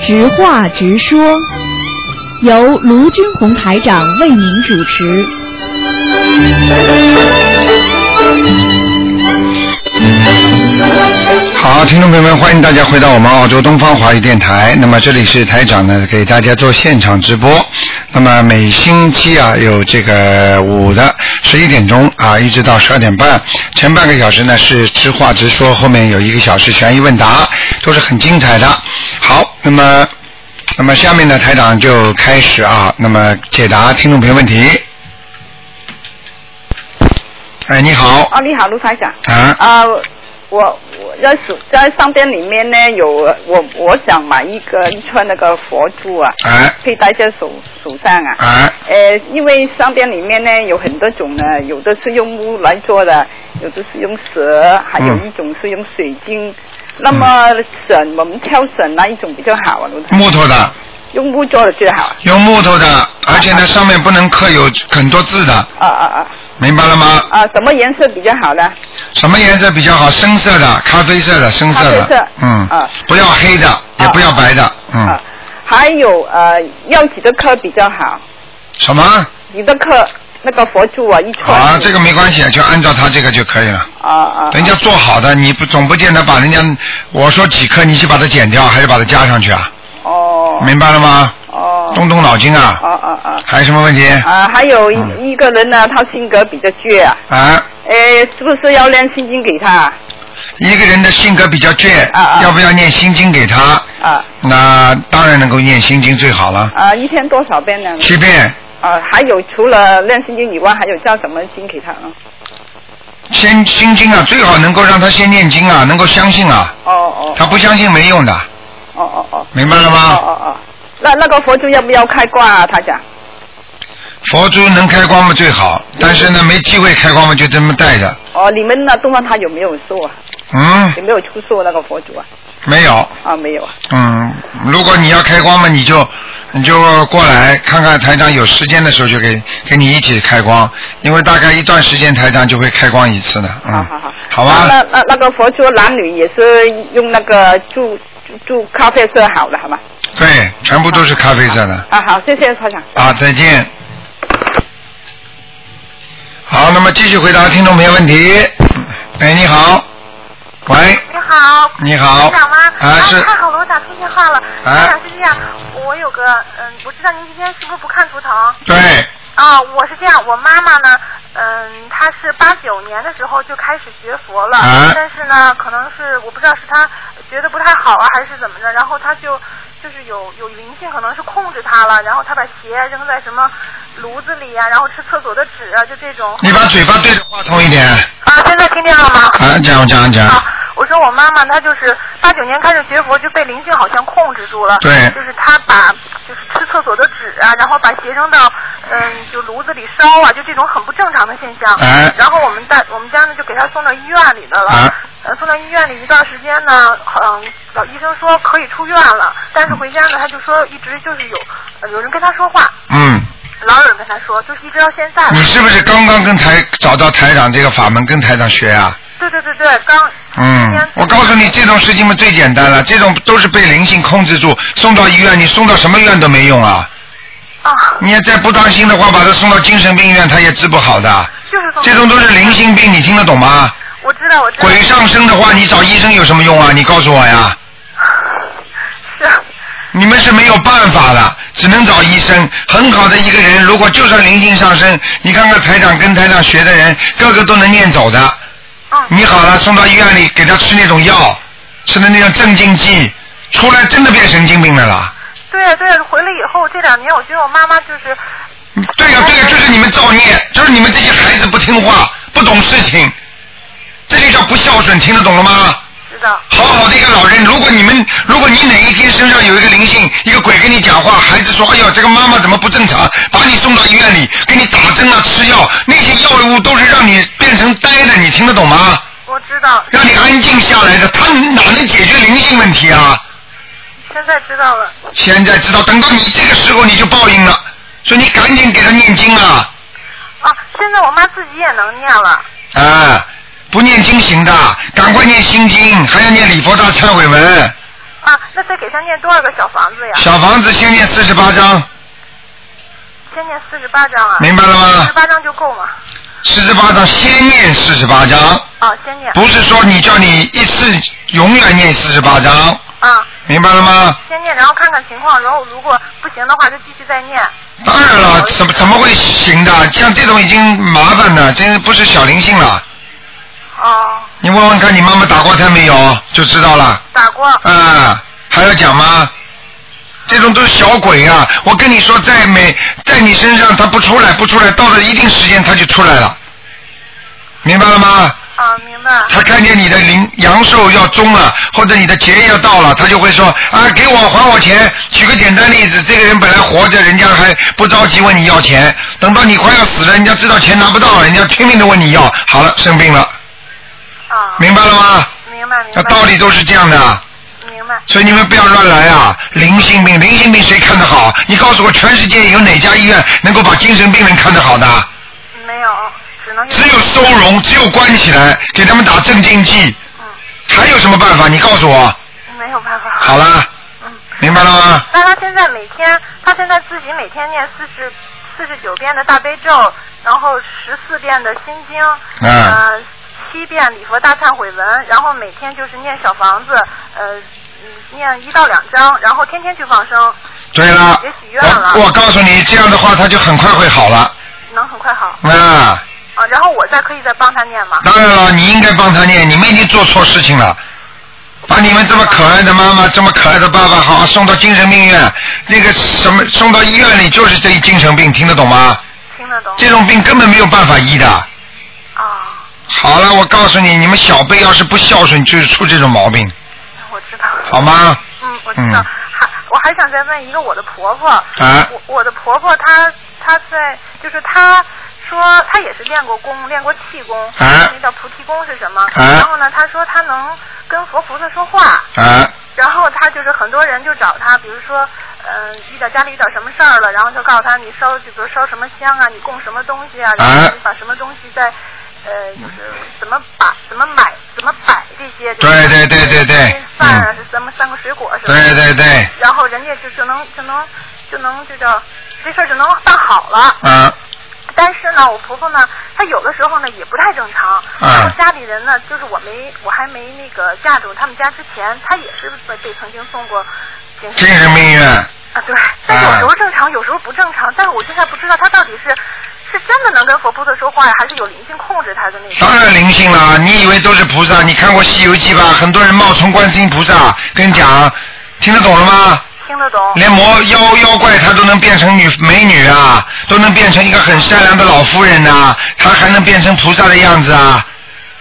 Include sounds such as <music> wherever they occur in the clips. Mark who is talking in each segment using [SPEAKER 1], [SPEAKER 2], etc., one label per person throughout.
[SPEAKER 1] 直话直说，由卢军红台长为您主持。
[SPEAKER 2] 好，听众朋友们，欢迎大家回到我们澳洲东方华语电台。那么这里是台长呢，给大家做现场直播。那么每星期啊有这个五的十一点钟啊，一直到十二点半，前半个小时呢是直话直说，后面有一个小时悬疑问答，都是很精彩的。好，那么那么下面呢，台长就开始啊，那么解答听众朋友问题。哎，你好
[SPEAKER 3] 啊，你好，卢台长。
[SPEAKER 2] 啊，
[SPEAKER 3] 啊，我我在手在商店里面呢，有我我想买一个一串那个佛珠啊，
[SPEAKER 2] 哎
[SPEAKER 3] 佩戴在手手上啊。
[SPEAKER 2] 哎
[SPEAKER 3] 呃，因为商店里面呢有很多种呢，有的是用木来做的，有的是用蛇，还有
[SPEAKER 2] 嗯
[SPEAKER 3] 一种是用水晶。那么绳，我们挑绳哪一种比较好啊？卢台
[SPEAKER 2] 木头的。
[SPEAKER 3] 用木做的最好啊。
[SPEAKER 2] 用木头的，而且呢上面不能刻有很多字的，
[SPEAKER 3] 啊啊啊！
[SPEAKER 2] 明白了吗？
[SPEAKER 3] 啊，什么颜色比较好呢？
[SPEAKER 2] 什么颜色比较好？深色的、咖啡色的、深色
[SPEAKER 3] 咖啡
[SPEAKER 2] 的
[SPEAKER 3] 色，
[SPEAKER 2] 嗯
[SPEAKER 3] 啊，
[SPEAKER 2] 不要黑的，也不要白的，嗯
[SPEAKER 3] 啊，，还有呃，要几个颗比较好？
[SPEAKER 2] 什么？
[SPEAKER 3] 你的课那个佛珠啊，一
[SPEAKER 2] 好
[SPEAKER 3] 串
[SPEAKER 2] 啊，这个没关系，就按照他这个就可以了。
[SPEAKER 3] 啊啊，
[SPEAKER 2] 人家做好的，你不总不见得把人家我说几颗，你去把它剪掉，还是把它加上去啊？
[SPEAKER 3] 哦
[SPEAKER 2] 明白了吗？
[SPEAKER 3] 哦
[SPEAKER 2] 动动脑筋啊！
[SPEAKER 3] 哦哦哦
[SPEAKER 2] 还有什么问题？
[SPEAKER 3] 啊，还有
[SPEAKER 2] 嗯
[SPEAKER 3] 一一个人呢，他性格比较倔啊，
[SPEAKER 2] 啊，
[SPEAKER 3] 哎，是不是要练心经给他啊
[SPEAKER 2] 一个人的性格比较倔
[SPEAKER 3] 啊，啊
[SPEAKER 2] 要不要念心经给他？
[SPEAKER 3] 啊
[SPEAKER 2] 那当然能够念心经最好了，
[SPEAKER 3] 啊？一天多少遍呢？
[SPEAKER 2] 七遍。
[SPEAKER 3] 啊，还有除了练心经以外，还有叫什么经给他呢？
[SPEAKER 2] 先心经啊，最好能够让他先念经啊，能够相信啊，
[SPEAKER 3] 哦哦
[SPEAKER 2] 他啊不相信没用的，
[SPEAKER 3] 哦哦哦
[SPEAKER 2] 明白了
[SPEAKER 3] 哦
[SPEAKER 2] 吗？
[SPEAKER 3] 哦哦，那那个佛珠要不要开挂啊？他讲
[SPEAKER 2] 佛珠能开光嘛最好，但是呢没机会开光嘛就这么带着，
[SPEAKER 3] 哦，你们那东方他有没有说啊？
[SPEAKER 2] 嗯，
[SPEAKER 3] 有没有出售那个佛珠啊？
[SPEAKER 2] 没有，
[SPEAKER 3] 啊，没有啊。
[SPEAKER 2] 嗯，如果你要开光嘛，你就你就过来看看台长有时间的时候就给给你一起开光，因为大概一段时间台长就会开光一次的，嗯，
[SPEAKER 3] 好好好，
[SPEAKER 2] 好
[SPEAKER 3] 那
[SPEAKER 2] 吧，
[SPEAKER 3] 那那个佛珠男女也是用那个注注注咖啡色好了，好吗？
[SPEAKER 2] 对，全部都是咖啡色的。
[SPEAKER 3] 啊，好，谢谢台长。
[SPEAKER 2] 啊，再见。好，那么继续回答听众朋友问题。哎，你好，喂，
[SPEAKER 4] 你好，
[SPEAKER 2] 你好，
[SPEAKER 4] 台长吗？
[SPEAKER 2] 啊，是
[SPEAKER 4] 太好了，我打通电话了。
[SPEAKER 2] 啊
[SPEAKER 4] 台长是这样，我有个嗯，我知道您今天是不是不看图腾？
[SPEAKER 2] 对，
[SPEAKER 4] 啊，我是这样，我妈妈呢，嗯，她是八九年的时候就开始学佛了，
[SPEAKER 2] 啊
[SPEAKER 4] 但是呢，可能是我不知道是她觉得不太好啊，还是怎么着，然后她就就是有有灵性，可能是控制她了，然后她把鞋扔在什么炉子里啊，然后吃厕所的纸啊，就这种。
[SPEAKER 2] 你把嘴巴对着话筒一点，
[SPEAKER 4] 啊，现在听见了吗？
[SPEAKER 2] 啊，讲讲讲
[SPEAKER 4] 啊，，我说我妈妈她就是八九年开始学佛，就被灵性好像控制住了。
[SPEAKER 2] 对
[SPEAKER 4] 就是她把就是吃厕所的纸啊，然后把鞋扔到嗯就炉子里烧啊，就这种很不正常的现象。
[SPEAKER 2] 哎
[SPEAKER 4] 然后我们带我们家呢就给她送到医院里的了。
[SPEAKER 2] 啊
[SPEAKER 4] 呃，送到医院里一段时间呢，嗯，老医生说可以出院了，但是回家呢，她就说一直就是有呃有人跟她说话，
[SPEAKER 2] 嗯，
[SPEAKER 4] 老有人跟她说，就是一直到现在。
[SPEAKER 2] 你是不是刚刚跟台找到台长这个法门跟台长学啊？
[SPEAKER 4] 对对对对，刚。
[SPEAKER 2] 嗯
[SPEAKER 4] 今天，
[SPEAKER 2] 我告诉你，这种事情嘛最简单了，这种都是被灵性控制住，送到医院，你送到什么院都没用啊！
[SPEAKER 4] 啊，
[SPEAKER 2] 你要再不当心的话，把他送到精神病院，他也治不好的。
[SPEAKER 4] 就是从
[SPEAKER 2] 这种都是灵性病，你听得懂吗？
[SPEAKER 4] 我知道，我知道。
[SPEAKER 2] 鬼上身的话，你找医生有什么用啊？你告诉我呀！
[SPEAKER 4] <laughs> 是，
[SPEAKER 2] 你们是没有办法的，只能找医生。很好的一个人，如果就算灵性上身，你看看台长跟台长学的人，个个都能念走的。
[SPEAKER 4] 嗯，
[SPEAKER 2] 你好了，送到医院里给他吃那种药，吃的那种镇静剂，出来真的变神经病的了。
[SPEAKER 4] 对呀、对呀、回来以后这两年，我觉得我妈妈就是，
[SPEAKER 2] 嗯对
[SPEAKER 4] 啊
[SPEAKER 2] 呀、对呀、就是你们造孽，就是你们这些孩子不听话，不懂事情，这就叫不孝顺，听得懂了吗？
[SPEAKER 4] 知道，
[SPEAKER 2] 好好的一个老人，如果你们，如果你哪一天身上有一个灵性，一个鬼跟你讲话，孩子说，哎呦，这个妈妈怎么不正常？把你送到医院里，给你打针啊，吃药，那些药物都是让你变成呆的，你听得懂吗？
[SPEAKER 4] 我知道，
[SPEAKER 2] 让你安静下来的，他哪能解决灵性问题啊？
[SPEAKER 4] 现在知道了，
[SPEAKER 2] 现在知道，等到你这个时候你就报应了，所以你赶紧给他念经啊，
[SPEAKER 4] 啊，现在我妈自己也能念了，
[SPEAKER 2] 啊，不念经行的，赶快念心经，还要念礼佛大忏悔文，
[SPEAKER 4] 啊，那再给他念多少个小房子呀？
[SPEAKER 2] 小房子先念四十八章，
[SPEAKER 4] 先念四十八张啊。
[SPEAKER 2] 明白了
[SPEAKER 4] 四十
[SPEAKER 2] 吗？
[SPEAKER 4] 八张就够吗？
[SPEAKER 2] 四十八章先念四十八章，
[SPEAKER 4] 啊，先念。
[SPEAKER 2] 不是说你叫你一次永远念四十八章，
[SPEAKER 4] 啊，
[SPEAKER 2] 明白了吗？
[SPEAKER 4] 先念，然后看看情况，然后如果不行的话就继续再念。
[SPEAKER 2] 当然了，怎么怎么会行的？像这种已经麻烦了，真不是小灵性了。
[SPEAKER 4] 哦，
[SPEAKER 2] 你问问看你妈妈打过胎没有，就知道了。
[SPEAKER 4] 打过。
[SPEAKER 2] 啊，还要讲吗？这种都是小鬼啊！我跟你说，在每在你身上他不出来，不出来，到了一定时间他就出来了，明白了吗？
[SPEAKER 4] 啊，明白。
[SPEAKER 2] 他看见你的灵阳寿要终了，或者你的劫要到了，他就会说啊，给我还我钱。举个简单例子，这个人本来活着，人家还不着急问你要钱，等到你快要死了，人家知道钱拿不到，人家拼命的问你要，好了，生病了，
[SPEAKER 4] 啊，
[SPEAKER 2] 明白了吗？
[SPEAKER 4] 明白明
[SPEAKER 2] 那
[SPEAKER 4] 白。
[SPEAKER 2] 道理都是这样的。啊
[SPEAKER 4] 明白。
[SPEAKER 2] 所以你们不要乱来啊！灵性病，灵性病谁看得好？你告诉我，全世界有哪家医院能够把精神病人看得好的？
[SPEAKER 4] 没有，只能用
[SPEAKER 2] 只有收容，只有关起来，给他们打镇静剂，
[SPEAKER 4] 嗯，
[SPEAKER 2] 还有什么办法？你告诉我。
[SPEAKER 4] 没有办法。
[SPEAKER 2] 好啦，
[SPEAKER 4] 嗯，
[SPEAKER 2] 明白了吗？
[SPEAKER 4] 那他现在每天，他现在自己每天念四十四十九遍的大悲咒，然后十四遍的心经，
[SPEAKER 2] 嗯
[SPEAKER 4] 呃，七遍礼佛大忏悔文，然后每天就是念小房子，呃，嗯念一到两章，然后天天去放生，
[SPEAKER 2] 对了
[SPEAKER 4] 也许，愿了
[SPEAKER 2] 我我告诉你，这样的话他就很快会好了。
[SPEAKER 4] 能很快好
[SPEAKER 2] 啊，
[SPEAKER 4] 啊。然后我再可以再帮他念嘛。
[SPEAKER 2] 当然了，你应该帮他念，你们已经做错事情了。把你们这么可爱的妈妈、这么可爱的爸爸，好好送到精神病院，那个什么送到医院里，就是这一精神病，听得懂吗？
[SPEAKER 4] 听得懂
[SPEAKER 2] 这种病根本没有办法医的。
[SPEAKER 4] 啊？
[SPEAKER 2] 好了，我告诉你，你们小辈要是不孝顺，就是出这种毛病，
[SPEAKER 4] 我知道。
[SPEAKER 2] 好吗？
[SPEAKER 4] 嗯，我知道。
[SPEAKER 2] 嗯
[SPEAKER 4] 还我还想再问一个我的婆婆。
[SPEAKER 2] 啊
[SPEAKER 4] 我我的婆婆她她在就是她说她也是练过功，练过气功，
[SPEAKER 2] 啊
[SPEAKER 4] 那叫菩提功是什么？
[SPEAKER 2] 啊
[SPEAKER 4] 然后呢，她说她能跟佛菩萨说话，
[SPEAKER 2] 啊，
[SPEAKER 4] 然后她就是很多人就找她，比如说。嗯，遇到家里遇到什么事儿了，然后就告诉她你烧，就比如烧什么香啊，你供什么东西啊，然
[SPEAKER 2] 哎
[SPEAKER 4] 后你把什么东西在，呃，就是怎么把怎么买怎么摆这些，就
[SPEAKER 2] 对
[SPEAKER 4] 是
[SPEAKER 2] 对对对对
[SPEAKER 4] 饭啊
[SPEAKER 2] 嗯
[SPEAKER 4] 是什么三个水果什么
[SPEAKER 2] 对
[SPEAKER 4] 的，
[SPEAKER 2] 对对，
[SPEAKER 4] 然后人家就就能就能就能这叫这事儿就能办好了。
[SPEAKER 2] 啊
[SPEAKER 4] 但是呢，我婆婆呢，她有的时候呢也不太正常。
[SPEAKER 2] 嗯
[SPEAKER 4] 然后家里人呢，就是我没我还没那个嫁入他们家之前，她也是被被曾经送过精
[SPEAKER 2] 精
[SPEAKER 4] 神
[SPEAKER 2] 神病院，
[SPEAKER 4] 啊，对。但有时候正常，有时候不正常。但是我现在不知道她到底是是真的能跟佛菩萨说话呀，还是有灵性控制她的那种
[SPEAKER 2] 当。然灵性了。你以为都是菩萨？你看过《西游记》吧？很多人冒充观世音菩萨，跟你讲，听得懂了吗？
[SPEAKER 4] 听得懂？
[SPEAKER 2] 连魔妖妖怪他都能变成女美女啊，都能变成一个很善良的老妇人呐、他还能变成菩萨的样子啊，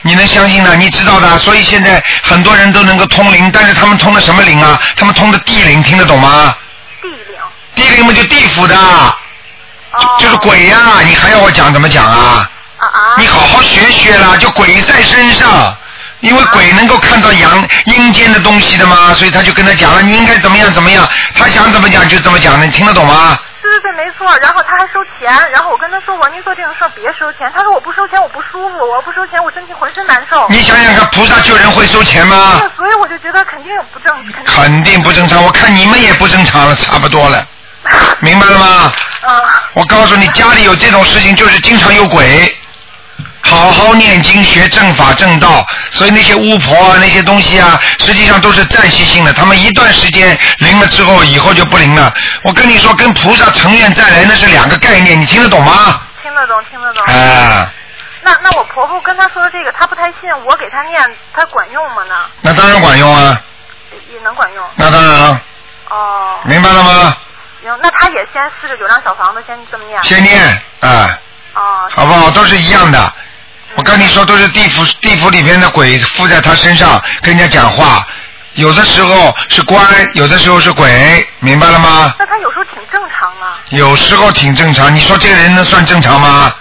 [SPEAKER 2] 你能相信的？你知道的，啊所以现在很多人都能够通灵，但是他们通的什么灵啊？他们通的地灵，听得懂吗？
[SPEAKER 4] 地灵。
[SPEAKER 2] 地灵嘛就地府的，啊
[SPEAKER 4] 哦。
[SPEAKER 2] 就是鬼呀、你还要我讲怎么讲啊？
[SPEAKER 4] 啊啊！
[SPEAKER 2] 你好好学学啦，就鬼在身上。因为鬼能够看到阳阴间的东西的嘛，所以他就跟他讲了，你应该怎么样怎么样，他想怎么讲就怎么讲，你听得懂吗？
[SPEAKER 4] 对对对，没错。然后他还收钱，然后我跟他说过，您做这种事儿别收钱。他说我不收钱我不舒服，我不收钱我身体浑身难受。
[SPEAKER 2] 你想想看，菩萨救人会收钱吗？
[SPEAKER 4] 对，所以我就觉得肯定有不正，肯定。
[SPEAKER 2] 啊肯定不正常，我看你们也不正常了，差不多了，明白了吗？
[SPEAKER 4] <laughs> 啊，
[SPEAKER 2] 我告诉你，家里有这种事情，就是经常有鬼。好好念经，学正法正道，所以那些巫婆啊，那些东西啊，实际上都是暂时性的。他们一段时间灵了之后，以后就不灵了。我跟你说，跟菩萨成愿再来那是两个概念，你听得懂吗？
[SPEAKER 4] 听得懂，听得懂。
[SPEAKER 2] 啊、
[SPEAKER 4] 那那我婆婆跟他说的这个，他不太信，我给他念，他管用吗呢？
[SPEAKER 2] 那当然管用啊，
[SPEAKER 4] 也能管用。
[SPEAKER 2] 那当然了，
[SPEAKER 4] 哦，
[SPEAKER 2] 明白了吗？
[SPEAKER 4] 行，那他也先四十九张小房子先这么念。
[SPEAKER 2] 先念啊。
[SPEAKER 4] 哦，
[SPEAKER 2] 好不好？都是一样的。我跟你说，都是地府地府里面的鬼附在他身上跟人家讲话，有的时候是乖，有的时候是鬼，明白了吗？
[SPEAKER 4] 那他有时候挺正常啊。
[SPEAKER 2] 有时候挺正常，你说这个人能算正常吗？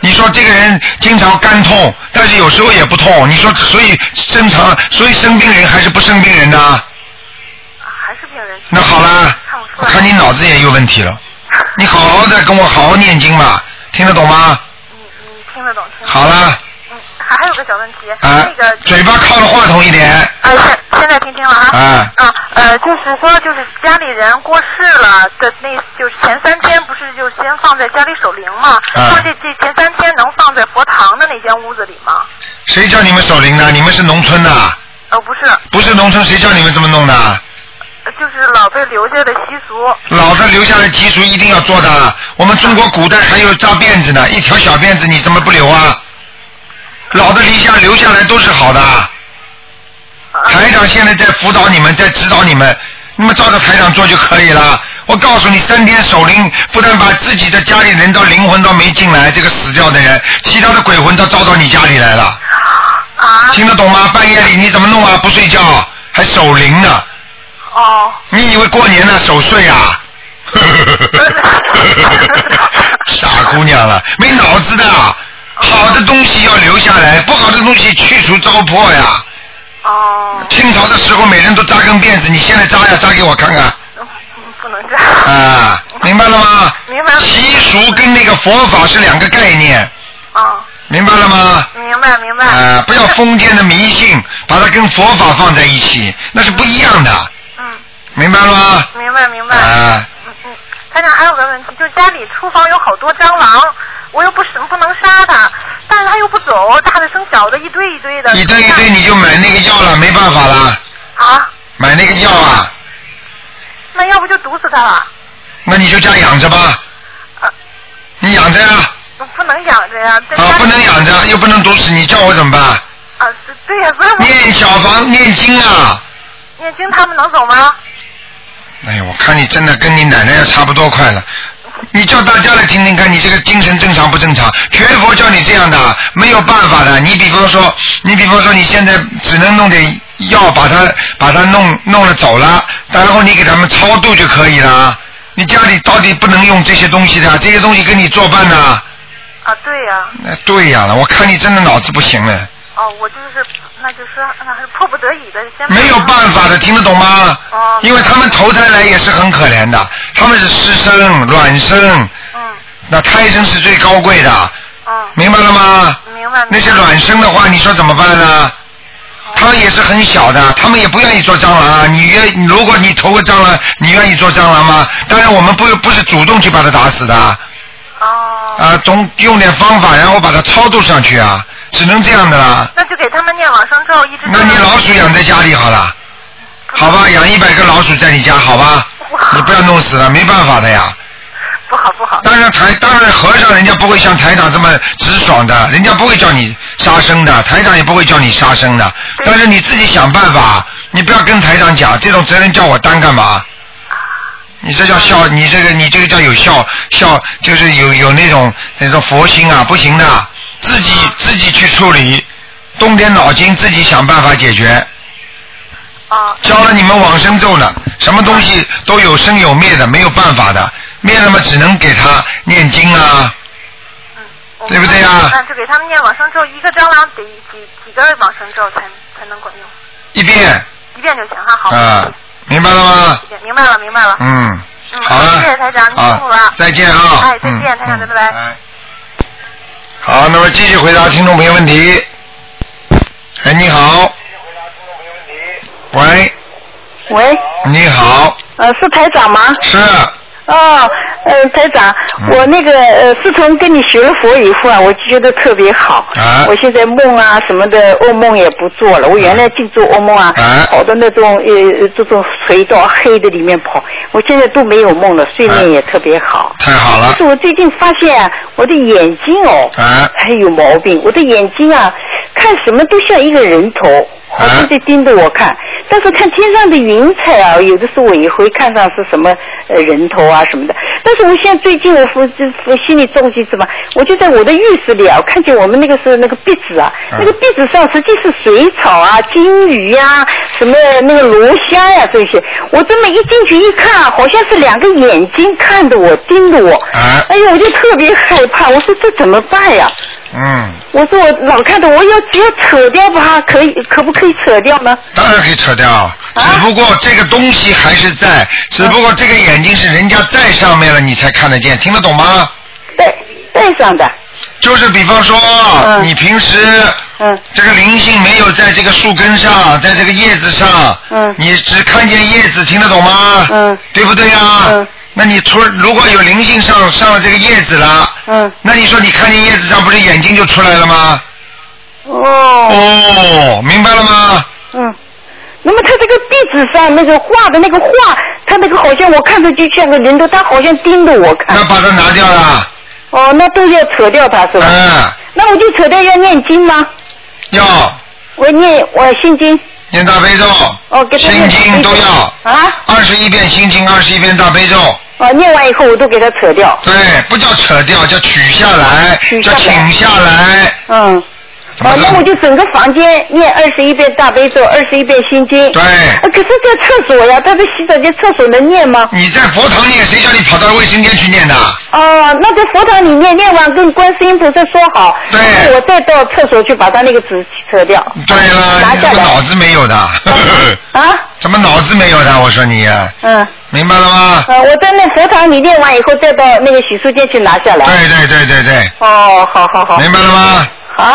[SPEAKER 2] 你说这个人经常肝痛，但是有时候也不痛，你说所以正常，所以生病人还是不生病人呢？
[SPEAKER 4] 啊还是病人。
[SPEAKER 2] 那好啦
[SPEAKER 4] 看不，出
[SPEAKER 2] 我
[SPEAKER 4] 来。
[SPEAKER 2] 看你脑子也有问题了，你好好的跟我好好念经吧，听得懂吗？
[SPEAKER 4] <laughs> 你你听得懂，听得懂。
[SPEAKER 2] 好啦。
[SPEAKER 4] 嗯，还还有个小问题，
[SPEAKER 2] 啊
[SPEAKER 4] 那个，
[SPEAKER 2] 嘴巴靠着话筒一点。
[SPEAKER 4] 哎，现在听清了啊。
[SPEAKER 2] 啊
[SPEAKER 4] 啊，呃，就是说，就是家里人过世了的那，就是前三天不是就先放在家里守灵吗？
[SPEAKER 2] 啊
[SPEAKER 4] 说这这前三天能放在佛堂的那间屋子里吗？
[SPEAKER 2] 谁叫你们守灵的？你们是农村的，
[SPEAKER 4] 呃，不是，
[SPEAKER 2] 不是农村谁叫你们这么弄的？
[SPEAKER 4] 呃就是老被留下的习俗。
[SPEAKER 2] 老的留下的习俗一定要做的。我们中国古代还有扎辫子呢，一条小辫子你怎么不留啊？老的留下留下来都是好的。
[SPEAKER 4] 呃
[SPEAKER 2] 台长现在在辅导你们，在指导你们，你们照着台长做就可以了。我告诉你，三天守灵，不但把自己的家里人到灵魂都没进来，这个死掉的人，其他的鬼魂都招到你家里来了，
[SPEAKER 4] 啊，
[SPEAKER 2] 听得懂吗？半夜里你怎么弄啊？不睡觉还守灵呢？
[SPEAKER 4] 哦，
[SPEAKER 2] 你以为过年呢守岁啊？ <laughs>
[SPEAKER 4] <laughs>
[SPEAKER 2] 傻姑娘了，没脑子的。啊好的东西要留下来，不好的东西去除糟粕呀。
[SPEAKER 4] 哦，
[SPEAKER 2] 清朝的时候每人都扎根辫子，你现在扎呀扎给我看看
[SPEAKER 4] 嗯不能这样。
[SPEAKER 2] 啊，明白了吗？
[SPEAKER 4] <laughs> 明白了
[SPEAKER 2] 习俗跟那个佛法是两个概念，
[SPEAKER 4] 啊，
[SPEAKER 2] 明白了吗？
[SPEAKER 4] 明白明白。
[SPEAKER 2] 啊，不要封建的迷信，把它跟佛法放在一起，那是不一样的，
[SPEAKER 4] 嗯，
[SPEAKER 2] 明白了吗？
[SPEAKER 4] 明白明白。
[SPEAKER 2] 啊，
[SPEAKER 4] 嗯嗯，台长还有个问题，就是家里厨房有好多蟑螂，我又不是不能杀它，但是它又不走，大的生小的一堆一堆的。
[SPEAKER 2] 一堆一堆你就买那个药了，没办法了，
[SPEAKER 4] 啊，
[SPEAKER 2] 买那个药啊，
[SPEAKER 4] 嗯那要不就毒死它了？
[SPEAKER 2] 那你就这样养着吧，
[SPEAKER 4] 啊，
[SPEAKER 2] 你养着呀，啊
[SPEAKER 4] 不能养着呀，在家里
[SPEAKER 2] 啊，不能养着，又不能毒死，你叫我怎么办？
[SPEAKER 4] 啊，对对呀，所以我
[SPEAKER 2] 念小房念经啊。
[SPEAKER 4] 念经他们能走吗？
[SPEAKER 2] 哎呀，我看你真的跟你奶奶要差不多快了。你叫大家来听听看，你这个精神正常不正常？学佛叫你这样的，啊没有办法的。你比方说，你比方说，你现在只能弄点药把它把它弄弄了走了，然后你给他们超度就可以了。你家里到底不能用这些东西的，啊这些东西跟你作伴呢？
[SPEAKER 4] 啊，对呀，
[SPEAKER 2] 那对呀了，我看你真的脑子不行了，
[SPEAKER 4] 哦，我就是，那就是那还是迫不得已的，先
[SPEAKER 2] 没有办法的，听得懂吗？
[SPEAKER 4] 哦
[SPEAKER 2] 因为他们投胎来也是很可怜的，他们是湿生、卵生，
[SPEAKER 4] 嗯
[SPEAKER 2] 那胎生是最高贵的，
[SPEAKER 4] 嗯，
[SPEAKER 2] 明白了吗？
[SPEAKER 4] 明白。
[SPEAKER 2] 那些卵生的话，你说怎么办呢？他们也是很小的，他们也不愿意做蟑螂啊。你愿，如果你投个蟑螂，你愿意做蟑螂吗？当然，我们不不是主动去把它打死的，啊、
[SPEAKER 4] 哦，
[SPEAKER 2] 总用点方法，然后把它超度上去啊，只能这样的啦。
[SPEAKER 4] 那就给他们念往生咒，一直。
[SPEAKER 2] 那你老鼠养在家里好了，好吧，养一百个老鼠在你家，好吧？你不要弄死了，没办法的呀。
[SPEAKER 4] 不好不好。
[SPEAKER 2] 当然台，当然和尚人家不会像台长这么直爽的，人家不会叫你杀生的，台长也不会叫你杀生的。
[SPEAKER 4] 对
[SPEAKER 2] 但是你自己想办法，你不要跟台长讲这种责任叫我担干嘛？你这叫孝，你这个你这个叫有孝孝，就是有有那种那种佛心啊，不行的，自己自己去处理，动点脑筋，自己想办法解决。
[SPEAKER 4] 啊，
[SPEAKER 2] 教了你们往生咒呢，什么东西都有生有灭的，没有办法的，灭了嘛只能给他念经啊。
[SPEAKER 4] 嗯，我
[SPEAKER 2] 对不对呀
[SPEAKER 4] 那就给他们念往生咒，一个蟑螂得几几根往生咒才才能管用，
[SPEAKER 2] 一遍
[SPEAKER 4] 一遍就行哈。好，
[SPEAKER 2] 啊，明白了吗
[SPEAKER 4] 一？遍明白了，明白了。
[SPEAKER 2] 嗯，
[SPEAKER 4] 嗯
[SPEAKER 2] 好了，
[SPEAKER 4] 谢谢台长您辛苦了
[SPEAKER 2] 啊再见啊，
[SPEAKER 4] 哎再见
[SPEAKER 2] 嗯
[SPEAKER 4] 台长
[SPEAKER 2] 嗯
[SPEAKER 4] 拜拜
[SPEAKER 2] 好，那么继续回答听众朋友问题。哎，你好。喂，
[SPEAKER 3] 喂，
[SPEAKER 2] 你好，
[SPEAKER 3] 呃，是台长吗？
[SPEAKER 2] 是，
[SPEAKER 3] 哦，呃，台长，
[SPEAKER 2] 嗯
[SPEAKER 3] 我那个呃，自从跟你学了佛以后啊，我就觉得特别好。
[SPEAKER 2] 啊嗯
[SPEAKER 3] 我现在梦啊什么的，噩梦也不做了。我原来净做噩梦啊，
[SPEAKER 2] 啊
[SPEAKER 3] 跑到那种呃呃这种隧道黑的里面跑。我现在都没有梦了，睡眠也特别好。
[SPEAKER 2] 太啊好了
[SPEAKER 3] 但是，我最近发现啊我的眼睛哦，
[SPEAKER 2] 啊
[SPEAKER 3] 还有毛病。我的眼睛啊，看什么都像一个人头，好像在盯着我看。但是看天上的云彩啊，有的时候我也会看上是什么呃人头啊什么的。但是我现在最近我夫我心里着急怎么，我就在我的浴室里啊，我看见我们那个时候那个壁纸啊，
[SPEAKER 2] 嗯
[SPEAKER 3] 那个壁纸上实际是水草啊、金鱼呀、什么那个龙虾呀、这些。我这么一进去一看啊，好像是两个眼睛看着我，盯着我。
[SPEAKER 2] 啊
[SPEAKER 3] 哎呦，我就特别害怕，我说这怎么办呀？
[SPEAKER 2] 嗯，
[SPEAKER 3] 我说我老看着，我要只要扯掉吧，可以可不可以扯掉呢？
[SPEAKER 2] 当然可以扯
[SPEAKER 4] 啊
[SPEAKER 2] 掉，只不过这个东西还是在，只不过这个眼睛是人家在上面了，你才看得见，听得懂吗？
[SPEAKER 3] 戴戴上的，
[SPEAKER 2] 就是比方说，
[SPEAKER 3] 嗯
[SPEAKER 2] 你平时
[SPEAKER 5] 嗯
[SPEAKER 2] 这个灵性没有在这个树根上，在这个叶子上，
[SPEAKER 5] 嗯
[SPEAKER 2] 你只看见叶子，听得懂吗？
[SPEAKER 5] 嗯
[SPEAKER 2] 对不对呀、
[SPEAKER 5] 嗯
[SPEAKER 2] 那你除如果有灵性上上了这个叶子了，
[SPEAKER 5] 嗯，
[SPEAKER 2] 那你说你看见叶子上不是眼睛就出来了吗？
[SPEAKER 5] 哦，
[SPEAKER 2] 哦，明白了吗？
[SPEAKER 5] 嗯。那么他这个壁纸上那个画的那个画，他那个好像我看着就像个人头，他好像盯着我看
[SPEAKER 2] 那。把它拿掉了，
[SPEAKER 5] 哦，那都要扯掉它是吧？
[SPEAKER 2] 嗯，
[SPEAKER 5] 那我就扯掉要念经吗？
[SPEAKER 2] 要
[SPEAKER 5] 我念我心经，
[SPEAKER 2] 念大悲咒，
[SPEAKER 5] 哦，给他
[SPEAKER 2] 心
[SPEAKER 5] 念
[SPEAKER 2] 经都要
[SPEAKER 5] 啊，
[SPEAKER 2] 二十一遍心经，二十一遍大悲咒，
[SPEAKER 5] 哦，念完以后我都给他扯掉。
[SPEAKER 2] 对，不叫扯掉，叫取下来，
[SPEAKER 5] 取下
[SPEAKER 2] 叫
[SPEAKER 5] 来
[SPEAKER 2] 请下来，
[SPEAKER 5] 嗯，哦，
[SPEAKER 2] 怎么
[SPEAKER 5] 那我
[SPEAKER 2] 了？
[SPEAKER 5] 就整个房间念二十一遍大悲咒，二十一遍心经。
[SPEAKER 2] 对
[SPEAKER 5] 啊可是，在厕所呀，他在洗手间，厕所能念吗？
[SPEAKER 2] 你在佛堂念，谁叫你跑到卫生间去念的？
[SPEAKER 5] 哦，那在佛堂里面念完，跟观世音菩萨说好，
[SPEAKER 2] 对
[SPEAKER 5] 然后我再到厕所去把他那个纸扯
[SPEAKER 2] <laughs>
[SPEAKER 5] 掉。
[SPEAKER 2] 对了，
[SPEAKER 5] 拿
[SPEAKER 2] 你
[SPEAKER 5] 下
[SPEAKER 2] 怎
[SPEAKER 5] 来
[SPEAKER 2] 么脑子没有的？
[SPEAKER 5] <laughs> 啊，
[SPEAKER 2] 怎么脑子没有的？我说你，
[SPEAKER 5] 嗯，
[SPEAKER 2] 明白了吗？
[SPEAKER 5] 呃，我在那佛堂里念完以后，再到那个洗漱间去拿下来。
[SPEAKER 2] 对对对对对，
[SPEAKER 5] 哦，好好好。
[SPEAKER 2] 明白了吗？
[SPEAKER 5] 啊，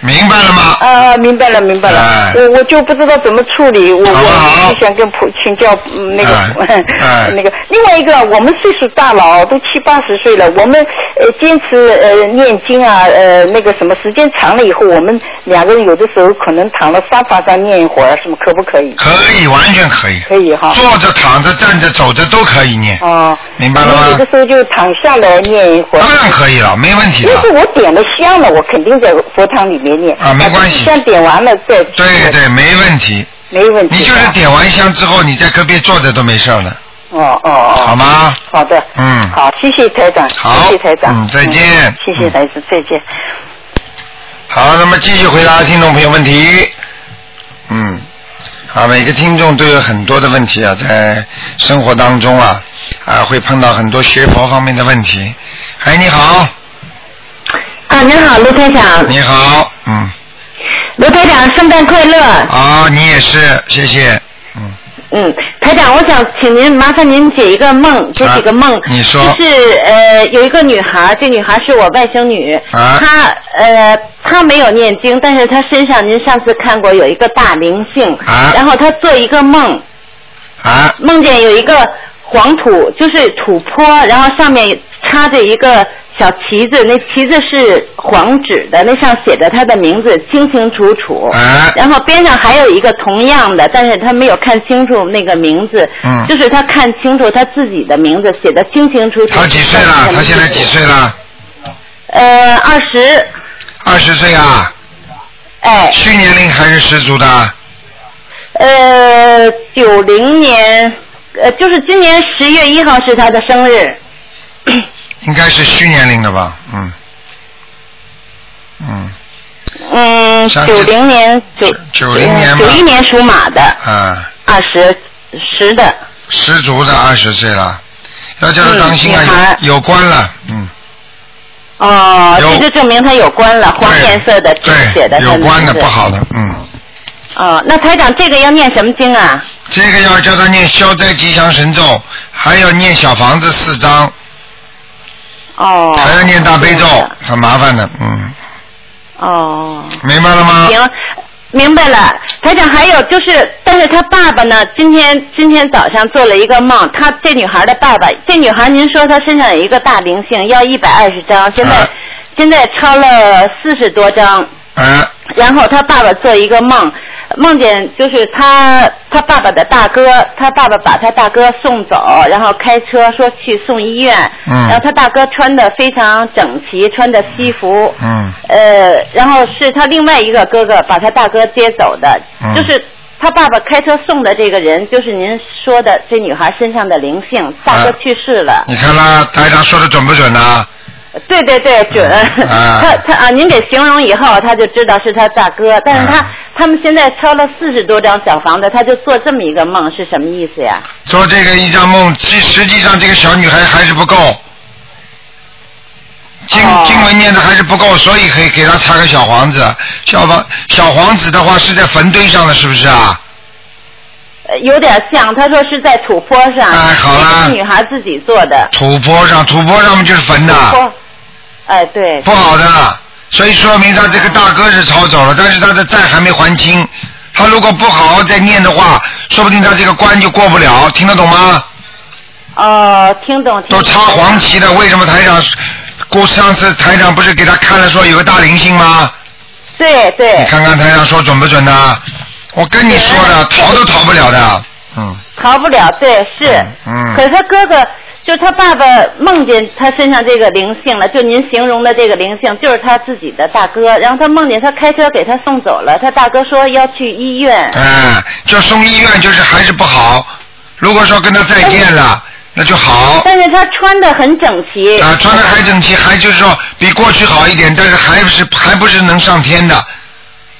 [SPEAKER 2] 明白了吗？
[SPEAKER 5] 啊，明白了，明白了。
[SPEAKER 2] 哎
[SPEAKER 5] 我我就不知道怎么处理，我
[SPEAKER 2] 好不好
[SPEAKER 5] 我就想跟普请教、嗯那个、 <laughs>
[SPEAKER 2] 哎哎
[SPEAKER 5] 那个。另外一个，我们岁数大了哦，都七八十岁了，我们呃坚持呃念经啊，呃那个什么，时间长了以后，我们两个人有的时候可能躺到沙发上念一会儿，什么可不可以？
[SPEAKER 2] 可以，完全可以，
[SPEAKER 5] 可以哈。
[SPEAKER 2] 坐着、躺着、站着、走着都可以念，
[SPEAKER 5] 哦，
[SPEAKER 2] 明白了
[SPEAKER 5] 我们有
[SPEAKER 2] 吗
[SPEAKER 5] 的？时候就躺下来念一会儿。
[SPEAKER 2] 当然可以了，没问题
[SPEAKER 5] 因
[SPEAKER 2] 的
[SPEAKER 5] 为。我点了香了，我肯定在佛堂里面念。
[SPEAKER 2] 啊没关系
[SPEAKER 5] 香点完了再。
[SPEAKER 2] 对，对，没问题。
[SPEAKER 5] 没问题。
[SPEAKER 2] 你就是。点完香之后，你在隔壁坐着都没事儿了，
[SPEAKER 5] 哦哦哦。
[SPEAKER 2] 好吗？
[SPEAKER 5] 好的，
[SPEAKER 2] 嗯
[SPEAKER 5] 好，谢谢台长，
[SPEAKER 2] 好
[SPEAKER 5] 谢谢台长，
[SPEAKER 2] 嗯再见
[SPEAKER 5] 谢谢台长，再见。
[SPEAKER 2] 好，那么继续回答听众朋友问题。嗯，啊，每个听众都有很多的问题啊，在生活当中啊，啊，会碰到很多学佛方面的问题。哎，你好，
[SPEAKER 3] 啊，您好，卢台长，
[SPEAKER 2] 你好，嗯，
[SPEAKER 3] 卢台长，圣诞快乐。
[SPEAKER 2] 啊，你也是，谢谢，嗯，
[SPEAKER 3] 嗯，台长，我想请您麻烦您解一个梦，解几个梦。
[SPEAKER 2] 啊你说
[SPEAKER 3] 就是呃，有一个女孩，这女孩是我外甥女，
[SPEAKER 2] 啊
[SPEAKER 3] 她呃，她没有念经，但是她身上您上次看过有一个大灵性，
[SPEAKER 2] 啊
[SPEAKER 3] 然后她做一个梦，
[SPEAKER 2] 啊，
[SPEAKER 3] 梦见有一个黄土，就是土坡，然后上面插着一个小旗子，那旗子是黄纸的，那上写着她的名字，清清楚楚。
[SPEAKER 2] 啊，
[SPEAKER 3] 然后边上还有一个同样的，但是他没有看清楚那个名字，
[SPEAKER 2] 嗯
[SPEAKER 3] 就是他看清楚他自己的名字写的清清楚楚。
[SPEAKER 2] 他几岁了？他现在几？岁了？
[SPEAKER 3] 呃，二十，
[SPEAKER 2] 二十岁啊，
[SPEAKER 3] 哎，
[SPEAKER 2] 虚年龄还是十足的？
[SPEAKER 3] 呃，九零年，呃，就是今年十月一号是他的生日，
[SPEAKER 2] 应该是虚年龄的吧？嗯，嗯，
[SPEAKER 3] 嗯，
[SPEAKER 2] 像
[SPEAKER 3] 九零年九
[SPEAKER 2] 90年吧
[SPEAKER 3] 九一年属马的，
[SPEAKER 2] 啊。
[SPEAKER 3] 二十十的，
[SPEAKER 2] 十足的二十岁了，要叫他当心
[SPEAKER 3] 嗯女
[SPEAKER 2] 啊
[SPEAKER 3] 孩，
[SPEAKER 2] 有有关了，嗯，
[SPEAKER 3] 哦，
[SPEAKER 2] 有
[SPEAKER 3] 这就证明他有关了，黄
[SPEAKER 2] 对
[SPEAKER 3] 颜色的纸写的
[SPEAKER 2] 对，
[SPEAKER 3] 他
[SPEAKER 2] 有
[SPEAKER 3] 名
[SPEAKER 2] 关的
[SPEAKER 3] 字
[SPEAKER 2] 不好的，嗯，
[SPEAKER 3] 哦，那台长，这个要念什么经啊？
[SPEAKER 2] 这个要叫他念消灾吉祥神咒，还要念小房子四张，
[SPEAKER 3] 哦。
[SPEAKER 2] 还要念大悲咒
[SPEAKER 3] 这样的，
[SPEAKER 2] 很麻烦的，嗯，
[SPEAKER 3] 哦，
[SPEAKER 2] 明白了吗？
[SPEAKER 3] 行，明白了。台长，还有就是，但是他爸爸呢？今天今天早上做了一个梦，他这女孩的爸爸，这女孩您说她身上有一个大灵性，要一百二十张，现在、
[SPEAKER 2] 啊
[SPEAKER 3] 现在超了四十多张。
[SPEAKER 2] 啊，
[SPEAKER 3] 然后他爸爸做一个梦，梦见就是他他爸爸的大哥，他爸爸把他大哥送走，然后开车说去送医院，
[SPEAKER 2] 嗯
[SPEAKER 3] 然后他大哥穿的非常整齐，穿着西服，
[SPEAKER 2] 嗯，
[SPEAKER 3] 呃，然后是他另外一个哥哥把他大哥接走的，
[SPEAKER 2] 嗯
[SPEAKER 3] 就是他爸爸开车送的这个人，就是您说的这女孩身上的灵性，大哥
[SPEAKER 2] 啊
[SPEAKER 3] 去世了。
[SPEAKER 2] 你看啦，台长说的准不准啊呐？
[SPEAKER 3] 对对对，准。
[SPEAKER 2] 啊
[SPEAKER 3] 他他啊，您给形容以后，他就知道是他大哥。但是他、
[SPEAKER 2] 啊
[SPEAKER 3] 他们现在抄了四十多张小房子，他就做这么一个梦，是什么意思呀？
[SPEAKER 2] 做这个一张梦，其实际上这个小女孩还是不够，经
[SPEAKER 3] 哦
[SPEAKER 2] 经文念的还是不够，所以可以给她插个小房子。小房小房子的话是在坟堆上的，是不是啊？
[SPEAKER 3] 呃有点像，他说是在土坡上，
[SPEAKER 2] 哎好啦
[SPEAKER 3] 那个女孩自己做的。
[SPEAKER 2] 土坡上，土坡上面就是坟
[SPEAKER 3] 土
[SPEAKER 2] 呐，
[SPEAKER 3] 坡。哎，对。
[SPEAKER 2] 不好的，所以说明他这个大哥是抄走了，但是他的债还没还清。他如果不好好再念的话，说不定他这个关就过不了，听得懂吗？
[SPEAKER 3] 哦，听懂。听懂
[SPEAKER 2] 都插黄旗的，为什么台长？过上次台长不是给他看了说有个大灵性吗？
[SPEAKER 3] 对
[SPEAKER 2] 你
[SPEAKER 3] 对，
[SPEAKER 2] 看看台长说准不准呢？我跟你说的，逃都逃不了的。嗯，
[SPEAKER 3] 逃不了，对是。
[SPEAKER 2] 嗯嗯
[SPEAKER 3] 可是他哥哥，就是他爸爸梦见他身上这个灵性了，就您形容的这个灵性，就是他自己的大哥。然后他梦见他开车给他送走了，他大哥说要去医院。
[SPEAKER 2] 哎，就送医院就是还是不好。如果说跟他再见了，那就好。
[SPEAKER 3] 但是他穿的很整齐，
[SPEAKER 2] 啊，穿的还整齐，还就是说比过去好一点，但是还是还不是能上天的，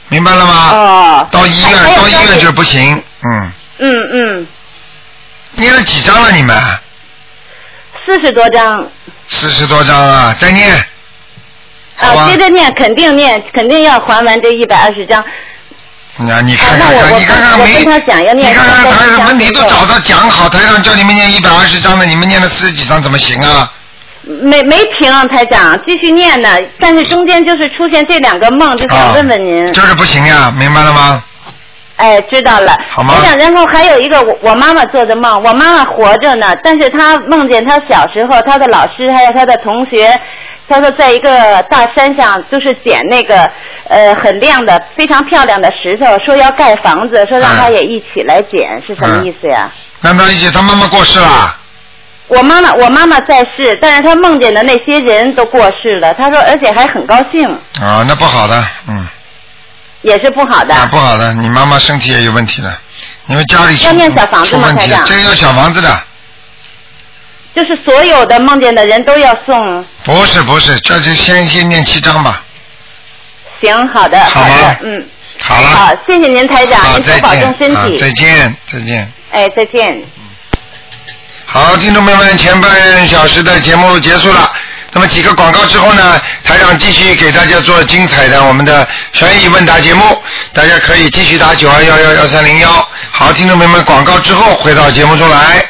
[SPEAKER 2] 明白了吗？
[SPEAKER 3] 哦
[SPEAKER 2] 到医
[SPEAKER 3] 还还
[SPEAKER 2] 院，
[SPEAKER 3] 有
[SPEAKER 2] 到医
[SPEAKER 3] 消
[SPEAKER 2] 院
[SPEAKER 3] 息
[SPEAKER 2] 就不行。嗯，
[SPEAKER 3] 嗯嗯，
[SPEAKER 2] 念了几张了你们？
[SPEAKER 3] 四十多张
[SPEAKER 2] 四十多张啊，再念。好吧
[SPEAKER 3] 啊，接着念，肯定念，肯定要还完这一百二十张。
[SPEAKER 2] 那你看
[SPEAKER 3] 啊
[SPEAKER 2] 看
[SPEAKER 3] 那我
[SPEAKER 2] 看，
[SPEAKER 3] 我
[SPEAKER 2] 你看看
[SPEAKER 3] 我
[SPEAKER 2] 没？
[SPEAKER 3] 跟他讲要念
[SPEAKER 2] 你看看
[SPEAKER 3] 我跟他
[SPEAKER 2] 台上
[SPEAKER 3] 讲
[SPEAKER 2] 问题都
[SPEAKER 3] 这个
[SPEAKER 2] 找他讲好，台上叫你们念一百二十章的，你们念了四十几章怎么行啊？
[SPEAKER 3] 没没停，台长，继续念呢。但是中间就是出现这两个梦，就
[SPEAKER 2] 啊
[SPEAKER 3] 想，问问您。
[SPEAKER 2] 就是不行呀，明白了吗？
[SPEAKER 3] 哎，知道了。
[SPEAKER 2] 好吗
[SPEAKER 3] 台长，然后还有一个我我妈妈做的梦，我妈妈活着呢，但是她梦见她小时候，她的老师还有她的同学，她说在一个大山上，就是捡那个呃很亮的、非常漂亮的石头，说要盖房子，说让她也一起来捡，
[SPEAKER 2] 嗯
[SPEAKER 3] 是什么意思呀？
[SPEAKER 2] 那他一起，他妈妈过世了，
[SPEAKER 3] 我妈妈，我妈妈在世，但是她梦见的那些人都过世了。她说，而且还很高兴，
[SPEAKER 2] 啊，那不好的，嗯，
[SPEAKER 3] 也是不好的。
[SPEAKER 2] 那不好的，你妈妈身体也有问题的，因为家里出
[SPEAKER 3] 要念小房子
[SPEAKER 2] 出
[SPEAKER 3] 吗
[SPEAKER 2] 问题
[SPEAKER 3] 台
[SPEAKER 2] 了，
[SPEAKER 3] 长
[SPEAKER 2] 这个要小房子的，
[SPEAKER 3] 就是所有的梦见的人都要送。
[SPEAKER 2] 不是不是，这就先先念七章吧，
[SPEAKER 3] 行，好的，
[SPEAKER 2] 好
[SPEAKER 3] 好
[SPEAKER 2] 吗
[SPEAKER 3] 的，嗯，
[SPEAKER 2] 好了，
[SPEAKER 3] 好，谢谢您台长，
[SPEAKER 2] 好
[SPEAKER 3] 您多
[SPEAKER 2] 再
[SPEAKER 3] 保重身
[SPEAKER 2] 见，好
[SPEAKER 3] 体。
[SPEAKER 2] 再见再见。
[SPEAKER 3] 哎，再见。
[SPEAKER 2] 好，听众朋友们，前半小时的节目结束了。那么几个广告之后呢，台长继续给大家做精彩的我们的悬疑问答节目，大家可以继续打九二幺幺幺三零幺。好，听众朋友们，广告之后回到节目中来。